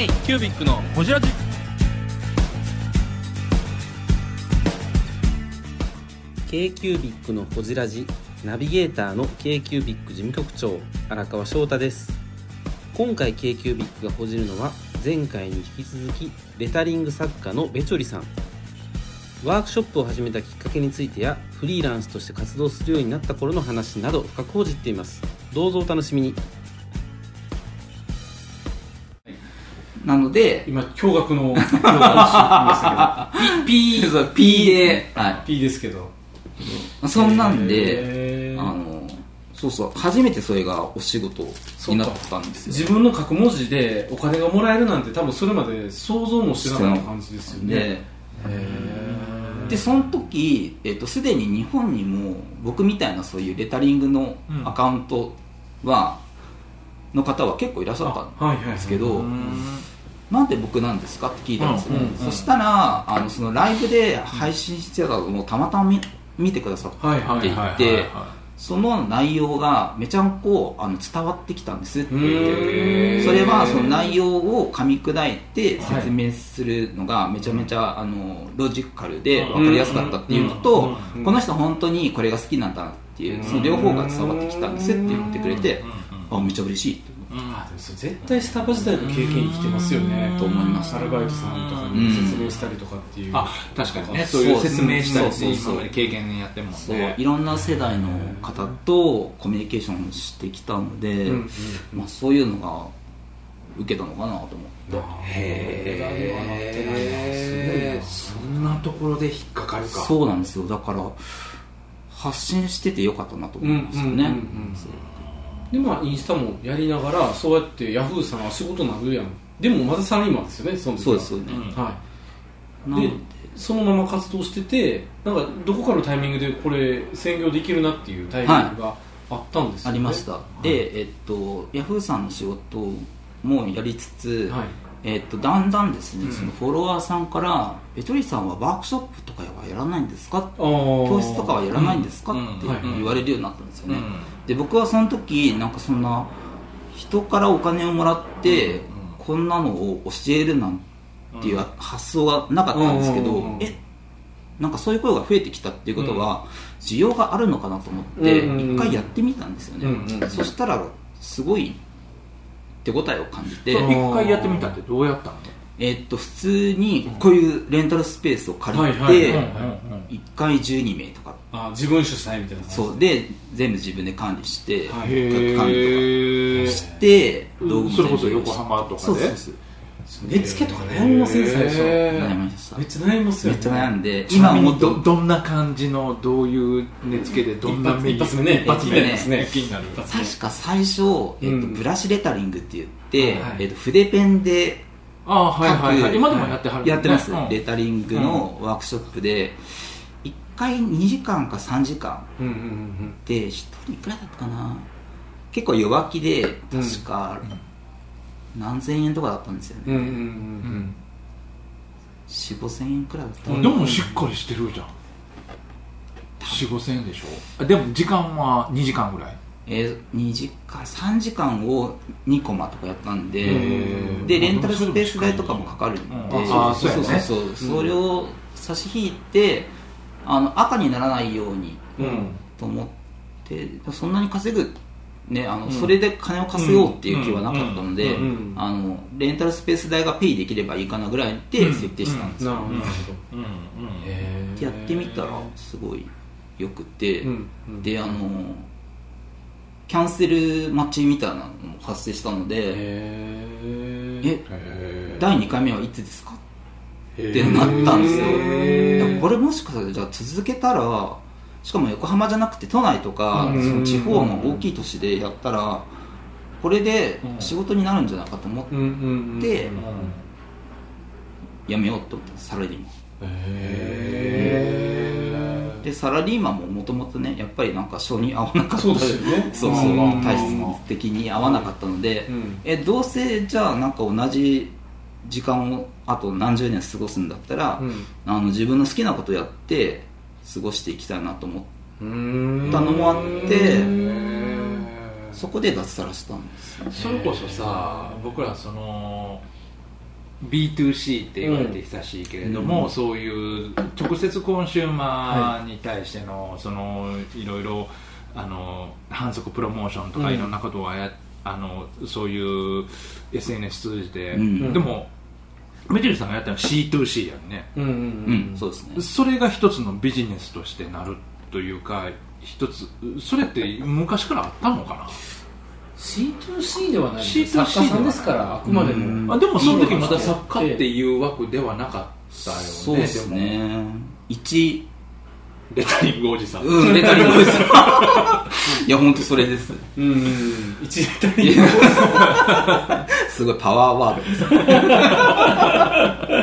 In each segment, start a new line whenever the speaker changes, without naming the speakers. イキュービックのホジラジ
京急ビックのほじラジナビゲーターの京急ビック事務局長荒川翔太です今回京急ビックがほじるのは前回に引き続きレタリング作家のべちょりさんワークショップを始めたきっかけについてやフリーランスとして活動するようになった頃の話など深くほじっていますどうぞお楽しみに
なの で、
今驚愕の今驚愕しました
ピー、そう P で、は
けど P ですけど
い。そんなんで、
へー
あの、そうそう、初めてそれがお仕事になったんです
自
よ。
分の書く文字でお金がもらえるなんて多分それまで想像もしてなかった感じですよね
で、で、その時、えっと、すでに日本にも、僕みたいなそういうレタリングの
うん
アカウントは、の方は結構いらっしゃったんで
あはいはいはい
すけど、
うん
なんで僕なんですかって聞いたんですよ、
うんうんうん
そしたらあのそのライブで配信してたのをたまたま見見てくださって、
はいはいはいはい
って言ってその内容がめちゃんこあの伝わってきたんですって言っ
へ
て
ー
それはその内容を噛み砕いて説明するのがめちゃめちゃあのロジカルで分かりやすかったっていうの
うんうん
と
うんうん
この人本当にこれが好きなんだっていうその両方が伝わってきたんですって言ってくれてあめっちゃ嬉しいって
あでもそれ絶対スタバ時代の経験生きてますよね
と思いました
アルバイトさんとかに説明したりとかっていう
あ確かにねそういう
そう
説明したりし
そうそうそう
今まで経験やってるもん
そう
ね
いろんな世代の方とコミュニケーションしてきたので
うんうん
まあそういうのが受けたのかなと思って。
へえそんなところで引っかかるか
そうなんですよだから発信しててよかったなと思
うんう
い
ん
ますよ
うん
ね、
うんでまあインスタもやりながらそうやってヤフーさんは仕事なるやんでもまたサラリーマンですよねその時
そう
は
ですよね、
は
ないの
で
で
そのまま活動しててなんかどこかのタイミングでこれ専業できるなっていうタイミングがあったんです
あ
よね、
りました、でえっとヤフーさんの仕事もやりつつ、
はい
えっと、だんだんですね、そのフォロワーさんから「ベトリさんはワークショップとかはやらないんですか?」
教
教室とかはやらないんですか?」
うん
って
うんはい
言われるようになったんですよね、
うん
で僕はその時なんかそんな人からお金をもらって、こんなのを教えるなんていう発想がなかったんですけど、
うんうんうんうん
えなんかそういう声が増えてきたっていうことは需要があるのかなと思って
うんうんうん
一回やってみたんですよね、
うんうんうん
そしたらすごい手応えを感じて、
で
うん
一回やってみたってどうやったの
えっと普通にこういうレンタルスペースを借りて、
はいはいはい
1回12名とか
あ自分主催みたいな
そうで全部自分で管理して、
は
企画管
い
理
へ
と
え
かして道具も
それこそ
全部用意
横
して
浜と
そ
か
うそう
で
そう
目付けとか悩みません最初
へー
悩みました
めっちゃ悩みます
め
よ
っ
ね
ちゃ悩んで
今
今もっと
どどんな感じのどういう値付けでどんな
一発一発目ね
一発目
一
で
発
す
目
ね気になる
確か最初、えっと
うん
ブラシレタリングって言って、
はい
えっと筆ペンで
ああはいはいは
各
い今でもやってはる
やってます、
うん
レタリングのワークショップで1回2時間か3時間
うんうんうん
で1人いくらだったかな結構弱気で確か何千円とかだったんですよね、
うんうんうん
4 5千円くらいだった
う
の
んでもしっかりしてるじゃん4 5千円でしょあでも時間は2時間ぐらい
えー、2時間3時間を2コマとかやったんで
ー
でレンタルスペース代とかもかかるんで、
うんあーそうやね
そうそうそうそれを差し引いてあの赤にならないように
うんうん
と思ってそんなに稼ぐ、ね、あのそれで金を稼ごうっていう気はなかったので、
うんうんうん
あのレンタルスペース代がペイできればいいかなぐらいで設定したんですよ、
なるほどなるほ
う
ど
んうん
へー
やってみたらすごいよくて、
うんうん
であのキャンセル待ちみたいなのも発生したので
へ
え第2回目はいつですか
え
ってなったんですよ
へー
これもしかしたらじゃあ続けたらしかも横浜じゃなくて都内とか
うん
その地方の大きい都市でやったらこれで仕事になるんじゃないかと思っ
うんうんうん
て
うん
辞めようと思ってサラリーマ
へ
ンでサラリーマンももともとねやっぱりなんか性に合わなかった
そうですよね
そうそう
うん
体質的に合わなかったので、
うん
えどうせじゃあなんか同じ時間をあと何十年過ごすんだったら、
うん
あの自分の好きなことやって過ごしていきたいなと思って
ー
たのもあって
へー
そこで脱サラしたんです
それこそさ僕らその B2C って言われて久しいけれども、そういう直接コンシューマーに対しての、そのいろいろあの反則プロモーションとか
うん
いろんなことをや、あのそういう SNS 通じて、
うん
でもメジルさんがやったのは C2C やんね
うんうん
う
うんん
そうですね
それが一つのビジネスとしてなるというか一つそれって昔からあったのか
C2C ではない
C2C
作家さんですからあくまでも、
うん
なあでもその時まだ
いいの
作家っていう枠ではなかったよね
そうです
でも
ね一
レタリングおじさん、
うんレタリングですいや本当それです
うんうんうん一時代に
すごいパワーワードです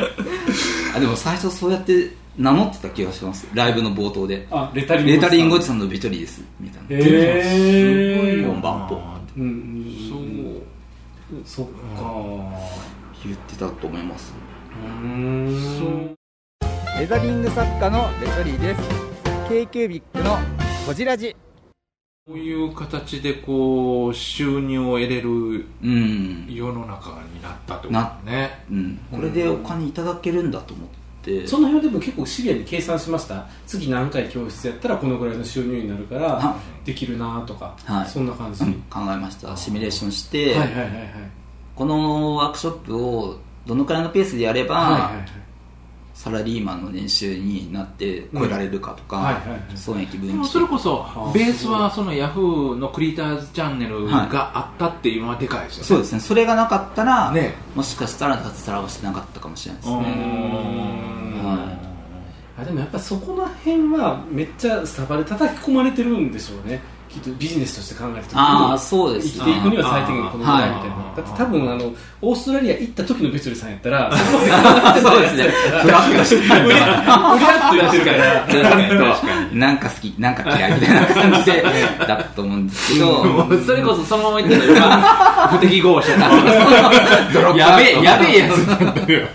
あでも最初そうやって名乗ってた気がしますライブの冒頭で
あレタリング
レタリンゴ
へ
チさんのビトリですみたいな
え
こんばんぽ
うんうんうんそっか
言ってたと思います
うーん
そう
レザリング作家のレトリーです k q b i c のこじらじ
こういう形でこう収入を得れる
うん、
世の中になったってことだね
うん、これでお金いただけるんだと思って
その辺でも結構シビアに計算しました次何回教室やったらこのぐらいの収入になるから
は
できるなとか、
はい
そんな感じ、
うん考えましたシミュレーションして、
はいはいはいはい
このワークショップをどのくらいのペースでやれば、
はいはいはい
サラリーマンの年収になって超えられるかとか、
うんはいはいはい
損益
で
分
も
岐
それこそ
あ
ベースはそのヤフーのクリエイターズチャンネルがあったっていうのはでかいですよね、
そうですねそれがなかったら、
ね
もしかしたら脱サラはしてなかったかもしれないですね
うん
は
あでもやっぱそこら辺はめっちゃスタバで叩き込まれてるんでしょうねきっとビジネスとして考えると
ああそうで
生
す
き
ね
ていくには最低限このぐらいみたいな、
はい
だって多分あのオーストラリア行った時のベチョリさんやったら
あー そうですねフラッグしてる
うりゃうりゃっとやってるから
なんか好き、なんか嫌いみたいな感 じで、だったと思うんですけど、
もう それこそそのまま言って たら今不適合者だやべえやべえやつなんだよ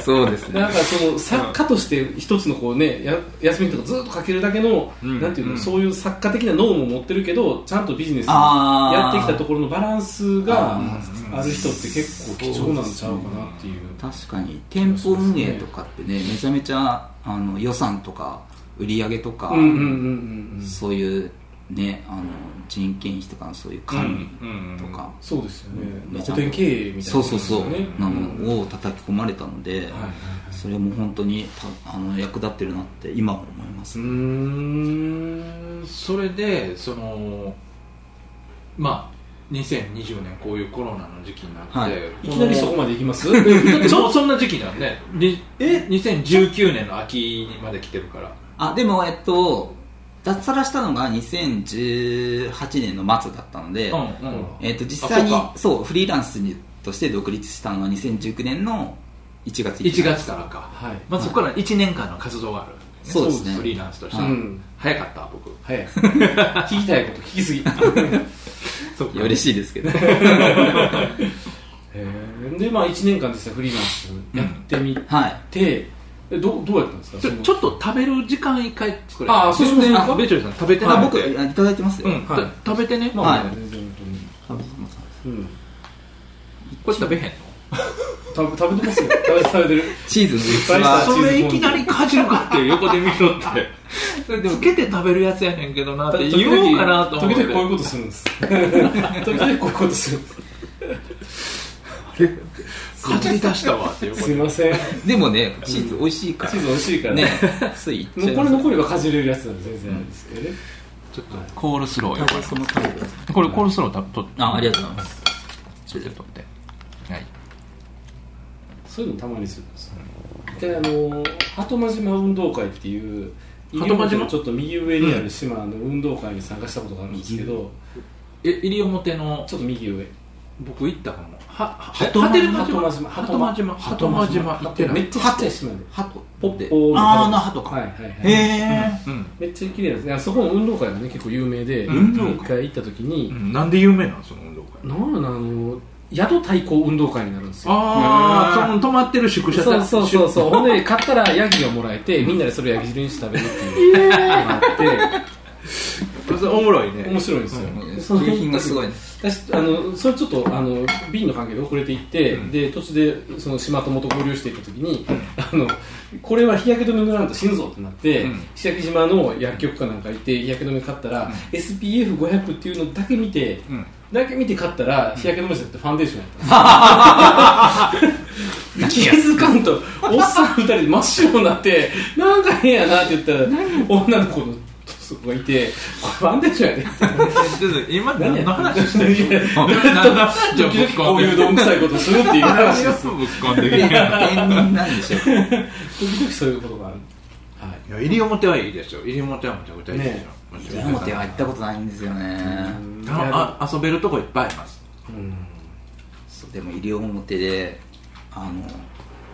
そうですね
なん。かその作家として一つのこうねや休みとかずっとかけるだけの、
ん
なんていうの、
うん
そういう作家的な脳も持ってるけどちゃんとビジネス
あー
やってきたところのバランスが
あ
ある人って結構貴重なんちゃうかなっていう
確かに、店舗運営とかってね、めちゃめちゃあの予算とか、売り上げとか、
うんうんうんうんうん
そういうね、あの人件費とかのそういう管理とか、
そうですよね
めちゃ
古典経営みたいな
そ
こ
うそ
とで
う
す
そ
よ
う
ね、
なのを叩き込まれたので、
はいはいはい
それも本当にたあの役立ってるなって今も思いま
う
す。
ーん
それでそのまあ2020年こういうコロナの時期になって、
はい
いきなりそこまでいきます え
だってそそんな時期なんねにえ2019年の秋にまで来てるから
あでもえっと脱サラしたのが2018年の末だったので、
うんうん
えっと実際に
あそうか
そうフリーランスにとして独立したのは2019年の1月
1月からか、
はい
まずそこから1年間の活動があるわけね、
そうですね
フリーランスとして、
う
はい
ん
早かった僕
はい 聞きたいこと聞きすぎ
そっ
い
か
や嬉しいです けど
へーでまあ1年間ですねフリーランスやってみ
はい
て、えどどうやったんですか
ちょ
その
ちょっと食べる時間一回作れ
ああそうします
全然
あ
ベチョリさん食べてな
あ
く
僕
て、
いただいてますよ、
うん
はい
た食べてね、
まあ、
はい
全然本
食べてます
当に、うん、
これ食べへんの
食べ食べてますよ食べ食べてる
チーズの器
あ
は
それ
チーズ
いきなりかじるかって横で見ろって それでもつけて食べるやつやねんけどなって言おうかなと思って
時々こういうことするんです時々こういうことするんです
かじり出したわって横
すい
で
ません
でもねチーズ美味しいから
チーズ美味しいから
ね
ね
ついいっちゃい
残
ま
り
す
残りはかじれるやつなんで全然あれですけどね、
ちょっとコールスローよこ
その食べてください
れこれコールスローた取って
あありがとうございます
ちょっと取ってはい
そういうのたまにするんですよであの鳩間島運動会っていう
鳩間島
西表のちょっと右上にある島の運動会に参加したことがあるんですけど、
え西表の
ちょっと右上
僕行ったかもはは
鳩間
波照間
鳩間
島
島
鳩間島鳩間島行ってな
め
い
っちゃちっちゃい島で
ハト
ポッ
で
ポーの
ああなハトか、
はいはいはい
へえ、
うん
めっちゃ綺麗なんですねあそこの運動会がね結構有名で
運動会
一回行った時に、
うんなんで有名なんその運動会
なんやろなあの宿対抗運動会になるんですよ
ああその泊まってる宿舎
そうそうそう そうほんで買ったらヤギがもらえてみんなでそれをヤギ汁にして食べるっていうのがあって
それおもろいね
面白いんですよ、
景品がす ごいね
私あのそれちょっとあの便の関係で遅れていって、
うん
で途中でその島友と合流していった時に、あのこれは日焼け止め塗らんと死ぬぞってなって、
うん
石垣島の薬局かなんか行って日焼け止め買ったら、SPF500 っていうのだけ見て、
うん
だけ見て買ったら日焼け止めじゃなくてファンデーショ ンやった、気づかんとおっさん二人で真っ白になってなんか変やなって言ったら女の子のそこがいてこれファンデーションやで、
ちょっと今何の話してる
いや
の何の話
時々こういうどんくさいことするっていう
何
話で
を
す
ぶっこんでき
芸
るの
人なんでしょう
時々そういうことがあるは
い
い
や入表はいいですよ入表はめちゃくちゃいいですよ
ね
面白い
山表は行ったことないんですよね
ああ遊べるとこいっぱいあります
うん
そうでも西表であの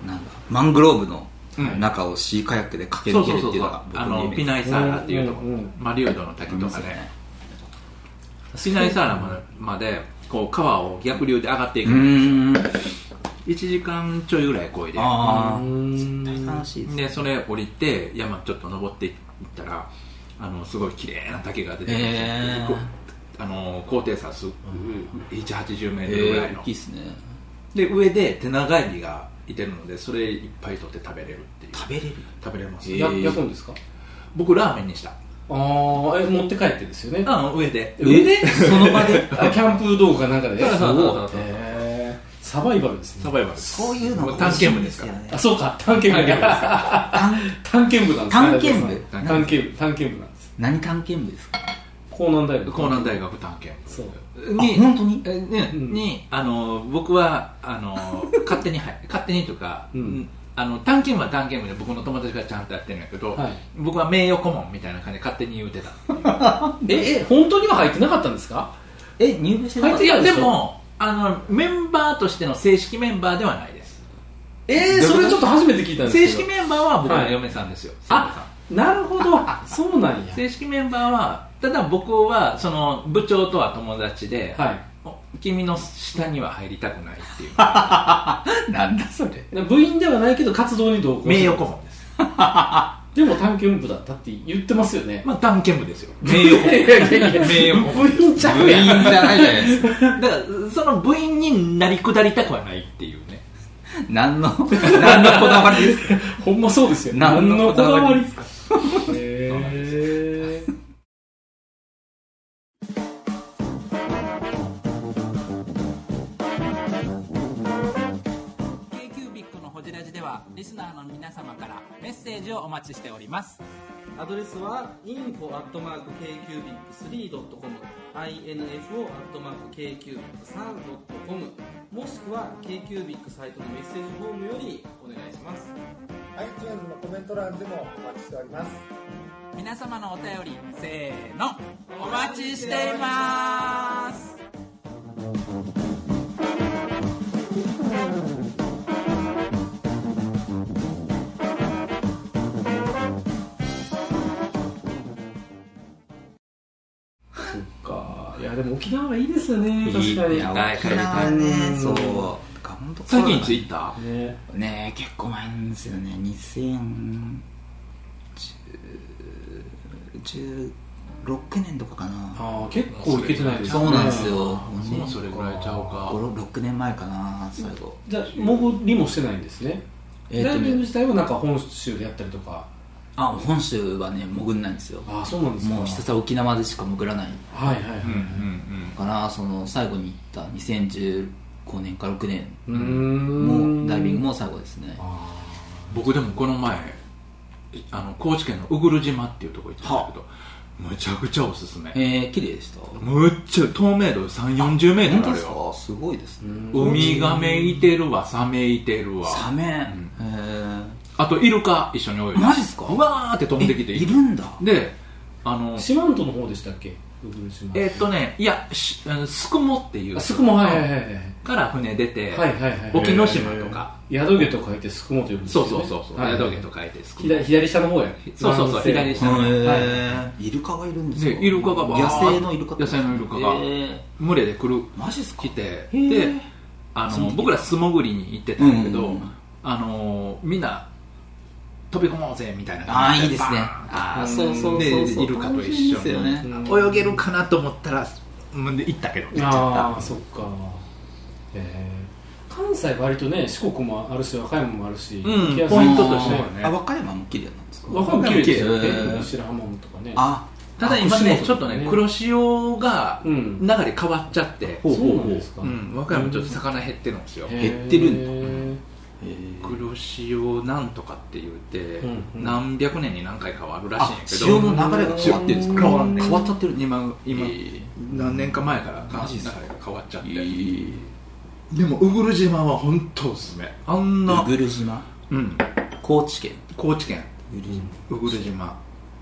なんだマングローブの
うん
中をシーカヤックで駆
そ
け
う
抜け
そ
る
う
って
そう
いう
そ
の
うあ
が僕のイ
の
メー
ピ
ジ
ナイサーラっていうとこ
うんうんうん
マリウドの滝とか
ありますよ
ね
ね
ピナイサーラまでこう川を逆流で上がっていうく
ーん
1時間ちょいぐらいこいで
あ
うん
あ楽しいですね
でそれ降りて山ちょっと登っていったらあのすごい綺麗な滝が出てきて、
えー
こあの高低差す180メ
え
ートルぐらい
ー
の
大、きいっすね
で上で手長エビがいてるのでそれいっぱい取って食べれるっていう
食べれる
食べれます、
えー
や焼くんですか
僕ラーメンにした
ああえ持って帰ってですよね
あ上で
上で
その場で
あキャンプ動画なんかで
そうそうそうそう
そうへーサバイバルです
サ
ね
バイバル
そういうのが
探
欲しい
検
ん
部
で
です
す
か
よ
ら
ね
あそうか探検部
探
探検部なんです
探検部
探検部探検部なんです
何探検部ですか
江南大学
江南大学探検
そう
部
あ
に
本当に
えね
うん
にあの僕はあ の勝手に入勝手にとか、
うん
あの探検部は探検部で僕の友達がちゃんとやってるんだけど、
はい
僕は名誉顧問みたいな感じで勝手に言うてた
ええ本当には入ってなかったんですか
え入部して
入
なか
って
っ
い
いや
や
で
で
しょ
もあのメンバーとしての正式メンバーではないです
ええそれちょっと初めて聞いたんですけ
正
ど
式メンバーは僕
は
の
い
嫁さんですよ、
あなるほどそうなんや
正式メンバーはただ僕はその部長とは友達で、
はい
お君の下には入りたくない っていう
たなんだそれ
部員ではないけど活動に同行して
名誉顧問です
でも探検部だったって言ってますよね
まあ探検部ですよ 名誉顧問名誉顧問
部員ちゃ
部
うやん
員じゃないじゃないですか
だからその部員になりくだりたくはないっていうね
何 の何のこだわりですか
ほんまそうですよ
何のこだわり
何のこだわりへー
アドレスは info.kcubic3.com info.kcubic3.com もしくは KQBIC サイトのメッセージフォームよりお願いします
iTunes のコメント欄でもお待ちしております
皆様のお便りせーのお待ちしています
そっかいやでも沖縄はいいですよね
いい
確かに
いやない
沖縄ねそうだから本当
最近ツイッタ
ね
ねえ結構前なんですよね2016年とかかな
ああ結構いけてないです
そ
ね
うなんですよ
そうそれぐらいちゃうか
6年前かな最後
じゃあ潜りもしてないんですね
え
ダ
ー
イ
と
ビング
ね
自体はなんか本州でやったりとか
あ本州はね潜んないんですよ
ああそうなんですか
もうひたすら沖縄でしか潜らない
はいはいは
ー
い
ん
からその最後に行った2015年か6年
うーん
もうダイビングも最後ですね
あ
僕でもこの前あの高知県の鵜来島っていうとこ行ったんだけどめちゃくちゃおすすめ
えー、綺麗でした
むっちゃ透明度3 4 0メー
本
トル
当
あ
で
る
す
よ
かすごいです
ーう
ね
ん
ウミガメいてるわサメいてるわ
サメ、へえ
あとイルカ一緒に泳いで
マジっすか
うわーって飛んできて
いるんだ
であの
四万十の方でしたっけウグル島
えーっとねいやしあのスクモっていう
あすくもはいはいはいはい
から船出て、
はいはいはい
沖ノ島とか、
宿毛と書いてすくもと呼ぶんです
そ
よ
う
ね
そうそうそう、
はい
宿毛と書いてスクモ
左左下の方や
そうそうそう
男性
左下
へえイルカがいるんですか
でイルカがわー
野生のイルカって
野生のイルカが
へえ
群れで来る
マジっすか
来てで
ー
あの僕ら素潜りに行ってたんだけど、
うんうんうん
あのみんな飛び込もうぜみたいな
ああいいです
バ
ね
ーン
ああそうそう
で
そうそう
イルカと
楽しい
一
で
緒
す
に、
よね
泳げるかなと思ったらうんで行ったけど
ああそっかえー関西割とね四国もあるし和歌山もあるし、
うん
来やすい
ポイントとして
あ
は
ー
ね
あ和歌山も綺麗なんですか
和歌山も綺麗ですよ
和
ね
歌山も綺麗
白浜とかね
あ
ただ今ねちょっとね
ね
黒潮が
う
流
ん
れ変わっちゃって、
ほう
そうなんですか、
うん、和歌山ちょっと魚減ってるんですよ、
減ってるんだ
ん
へー
黒潮なんとかって言って、
うんうん
何百年に何回変わるらしいんや
あ
けど
潮の流れが変わってるんですか
変わんねん
変わったってる
今今、
えー
何年か前から
マ
流
ジっ
れ
す
が
か
変わっちゃって、
え
でも鵜来島は本当おすすめあん
ー
な
鵜、来島
うん、
高知県
高知県
鵜来島
鵜来島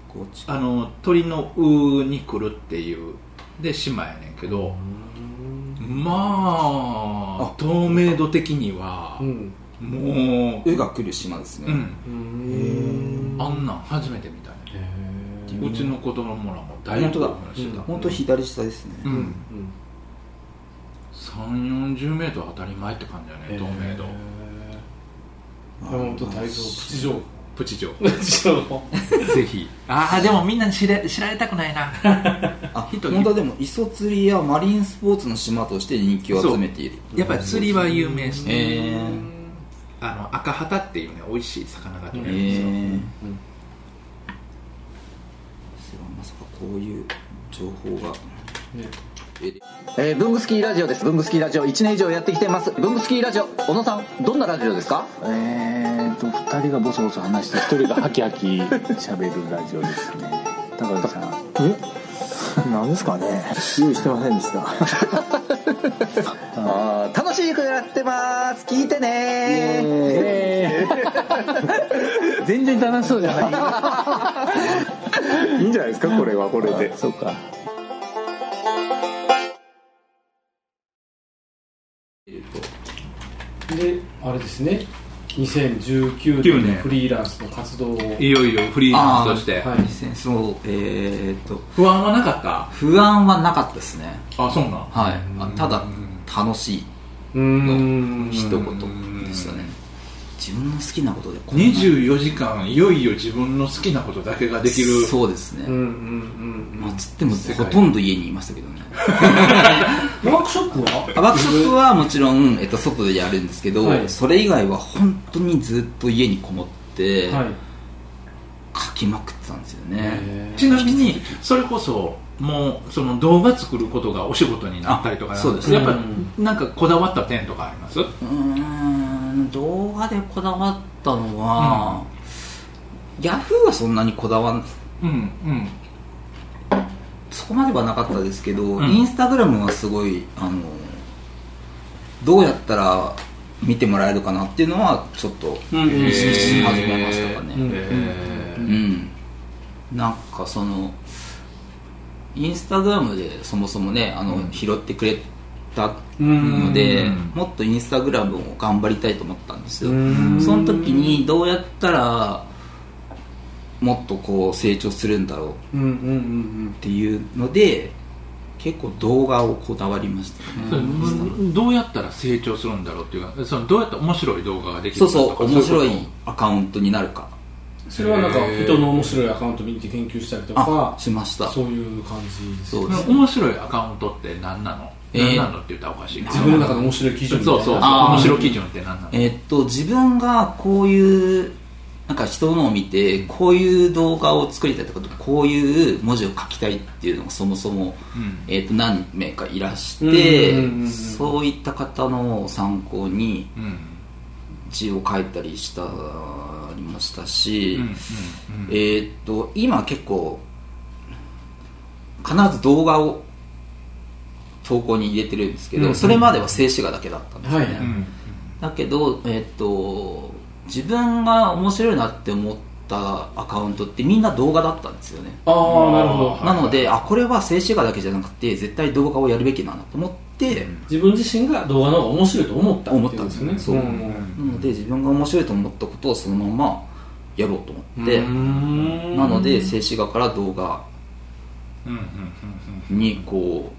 高知県
あの鳥の鵜に来るっていうで島やねんけどまあ
あ
透明度的には
う、ん
もう
鵜が来る島ですね
うん
うん
あんなん初めて見たね
へー
うちの子供らも大
本当だ
興奮してた
本当左下ですね
うん
うん
3 4 0メートル当たり前って感じだね透明度
へー山本泰造プチ情報
プチ情報
プチ情報
ぜひあ あでもみんなに知れ知られたくないな
あ本当はでも磯釣りやマリンスポーツの島として人気を集めている
やっ ぱり釣りは有名ですね、
へー
あの赤旗っていうね美味しい魚が取
へ
れるんですよ、
ーそれはまさかこういう情報が
ね
えー、ブングスキーラジオです。ブングスキーラジオ1年以上やってきてます。ブングスキーラジオ、小野さん、どんなラジオですか
えーと2人がボソボソ話して1人がハキハキ喋るラジオですね高橋さんえなんですかね用意してませんでした
あー楽しくやってます。聞いてねー。
全然楽しそうじゃないいいんじゃないですかこれはこれでそうか
であれですね2019
九
年
年
フリーランスの活動を
いよいよフリーランスとして、
あーはい
戦争えーっと
不安はなかっ
不安はなかったですね
たあそうなん
はいあただ楽しいう
ーん
一言でしたね自分の好きなことでこんな
24時間いよいよ自分の好きなことだけができる
そうですね、
うんうんうん
まあ、つってもほとんど家にいましたけどね
うんワークショップは
ワークショップはもちろん、えっと、外でやるんですけど、
はい
それ以外は本当にずっと家にこもって、
はい
書きまくってたんですよね
へー
ちなみにそれこそもうその動画作ることがお仕事になったりとか
あそうです
やっぱ
うん
なんかこだわった点とかあります
うーん動画でこだわったのは、ヤフーはそんなにこだわん
うんうん
そこまではなかったですけど、
ん
インスタグラムはすごいあのどうやったら見てもらえるかなっていうのはちょっと
うんうん
意識し始めましたかね、
うん
うん、なんかそのインスタグラムでそもそもねあの、拾ってくれたので、
うん
もっとインスタグラムを頑張りたいと思ったんですよ、
うん
その時にどうやったらもっとこう成長するんだろうっ
うんうんうん
ていうので結構動画をこだわりました
それ
ね、
どうやったら成長するんだろうっていうかそのどうやったら面白い動画ができ
そ
る
う
かと
そ
か
う面白い
そううこ
アカウントになるか
それはなんか人の面白いアカウント見て研究したりと
あ
か
しました
そういう感じです
そ
と
うで
そ
す
の面白いアカウントって何なの、
えー
何なのって言ったらおかしいな
自分の中の面白い基準
そう
みたい
そう
な
そう
あー
面白基準って何なの
えっと自分がこういうなんか人のを見てこういう動画を作りたいとかこういう文字を書きたいっていうのがそもそも、
うん
えっと何名かいらして、
うんうんうんうん
そういった方のを参考に
うん
字を書いたりしたりましたし、
うんうんうん
えっと今結構必ず動画を投稿に入れてるんですけど、
うんうん
それまでは静止画だけだったんですね、
はいうん
うん
だけど、えっと自分が面白いなって思ったアカウントってみんな動画だったんですよね
ああなるほど
はい
なのであこれは静止画だけじゃなくて絶対動画をやるべきだなと思って、
自分自身が動画の方が面白いと思った
思ったんで
んですす
よ
ね
ねそうなので自分が面白いと思ったことをそのままやろうと思ってな
な
ので静止画から動画
うんうんうん
にこ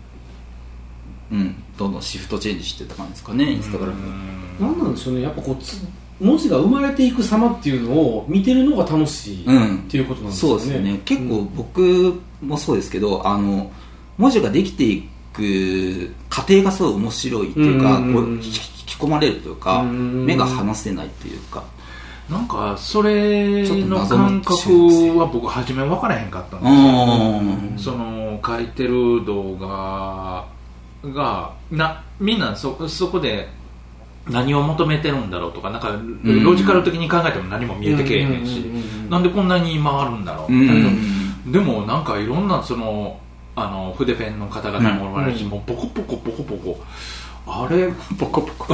う、うん、どんどんシフトチェンジしてった感じですかねインスタグラ
う
ム
ん
なんなんでしょうねやっぱこうつ文字が生まれていく様っていうのを見てるのが楽しい、
う
っ
ん
ていうことなんです
そ
よ
う
ね
ですね結構僕もそうですけどあの文字ができていく過程がすごい面白いっていうか、
うんうんうん
こう引き引き込まれるというか、
うん
目が離せないっていうか、
なんかそれの感覚は僕初め分からへんかったんですよ
うん
その書いてる動画がなみんなそそこで何を求めてるんだろうとかなんか
ん
ロジカル的に考えても何も見えてけえへんし
うんうんうんうん
なんでこんなに回るんだろう
うん
みたいな、でもなんかいろんなそのあの筆ペンの方々もおられるし、
うん
もうボコボコボコボコあれ
ポコポコ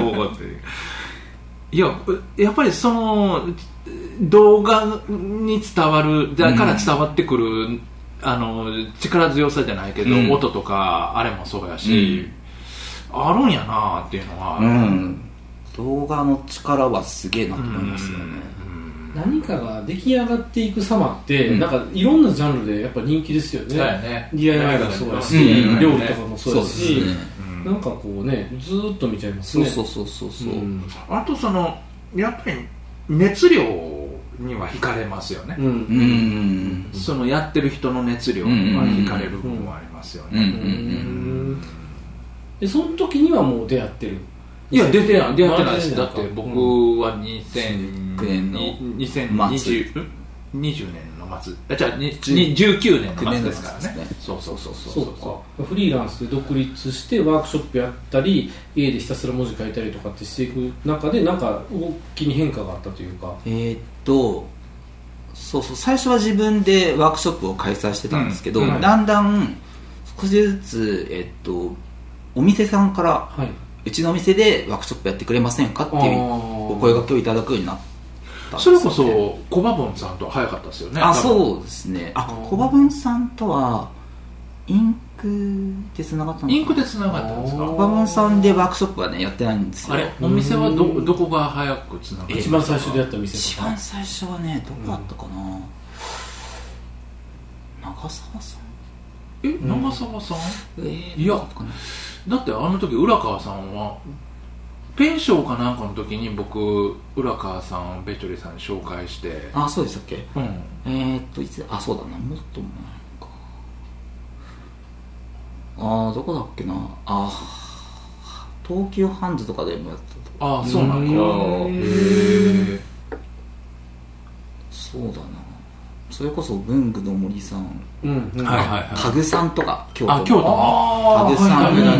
いややっぱりその動画に伝わるだから伝わってくる、あの力強さじゃないけど、
うん
音とかあれもそうやし、あるんやなっていうのは、
う
うん
ん動画の力はすげえなと思いますよね、
何かが出来上がっていく様って、
うん
なんかいろんなジャンルでやっぱ人気ですよ
そ
ね
うやね
DIY もそうやし、
うん
料理とかもそうやし、
ですね
うん
なんかこうねずーっと見ちゃいます
そう
ね
そうそうそうそう、
うん
あとそのやっぱり熱量には惹かれますよね、
うん
うんうん
そのやってる人の熱量には惹かれる部分はありますよね、
うんうんう
うんんでその時にはもう出会ってる
いや出てない出会ってないです
ま
だ
あ
って僕
うん
は2000
19年の
2020ん20年の末あじゃあにに19年の末ですから
19年の末
ね
ですね
そうそうそうそう
そうかフリーランスで独立してワークショップやったり家でひたすら文字書いたりとかってしていく中でなんか動きに変化があったというか
えーっとそうそう最初は自分でワークショップを開催してたんですけど、
うんはい
だんだん少しずつ、えっと、お店さんから
はいう
ちのお店でワークショップやってくれませんかって
あ
いう
ー
お声掛けをいただくようになったんです
そ
よ
れ
ね
こそコバボンさんとは早かったですよね
あ
多分
そうですねあ
ー
コバ文さんとはインクでつながったのかな
インクでつながったんです
あ
か
コバ文さんでワークショップはねやってないんですよ
あれお店はどどこが早くつながったんです
一
か
番最初でやった店
一
とか
番最初はねどこだったかな、長澤さん
え長澤さん
えー
いや
どこだったかな
だってあの時浦川さんはペンションかなんかの時に僕浦川さんをベチョリさんに紹介して
あそうでしたっけ
うん
えー、っといつあそうだなもっと前かあーどこだっけなあー東急ハンズとかでもやってたとこ
ああそうなん
う
か
ん
へえ
そうだなそれこそ文具の森さん
うんうん
はいはいはい
家具さんとか京都
あ京都
家
あ
具さん、
はいはい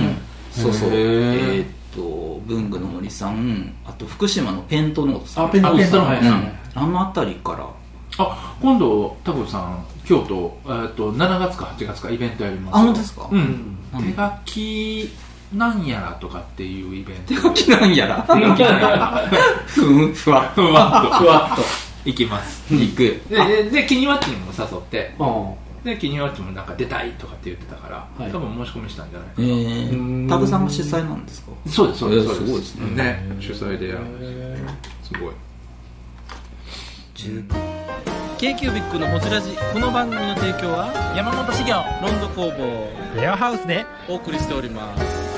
そうそう
へー
えーっと文具の森さんあと福島のペントノートさん
あペント
あペント
の
の
はい
うん
はい
あの辺りから
あ今度タコさん京都えーっと7月か8月かイベントやります
あ本当ですか
うん
うん
手書きなんやらとかっていうイベント
手 書きなんや らふんふわ
ふわっ
ふわっ
と
と
行きます
行く
でででキニワッチにも誘って
あ
でキニワッチもなんか出たいとかって言ってたから、
はい
多分申し込みしたんじゃないか
え
な、
ー、タグさんが主催なんですか
そうですそうです
えー
そう
すごいですね
主催でやるすごい
k q b i c のホジラジこの番組の提供は
山本修行
ロンド工房
レアハウスで
お送りしております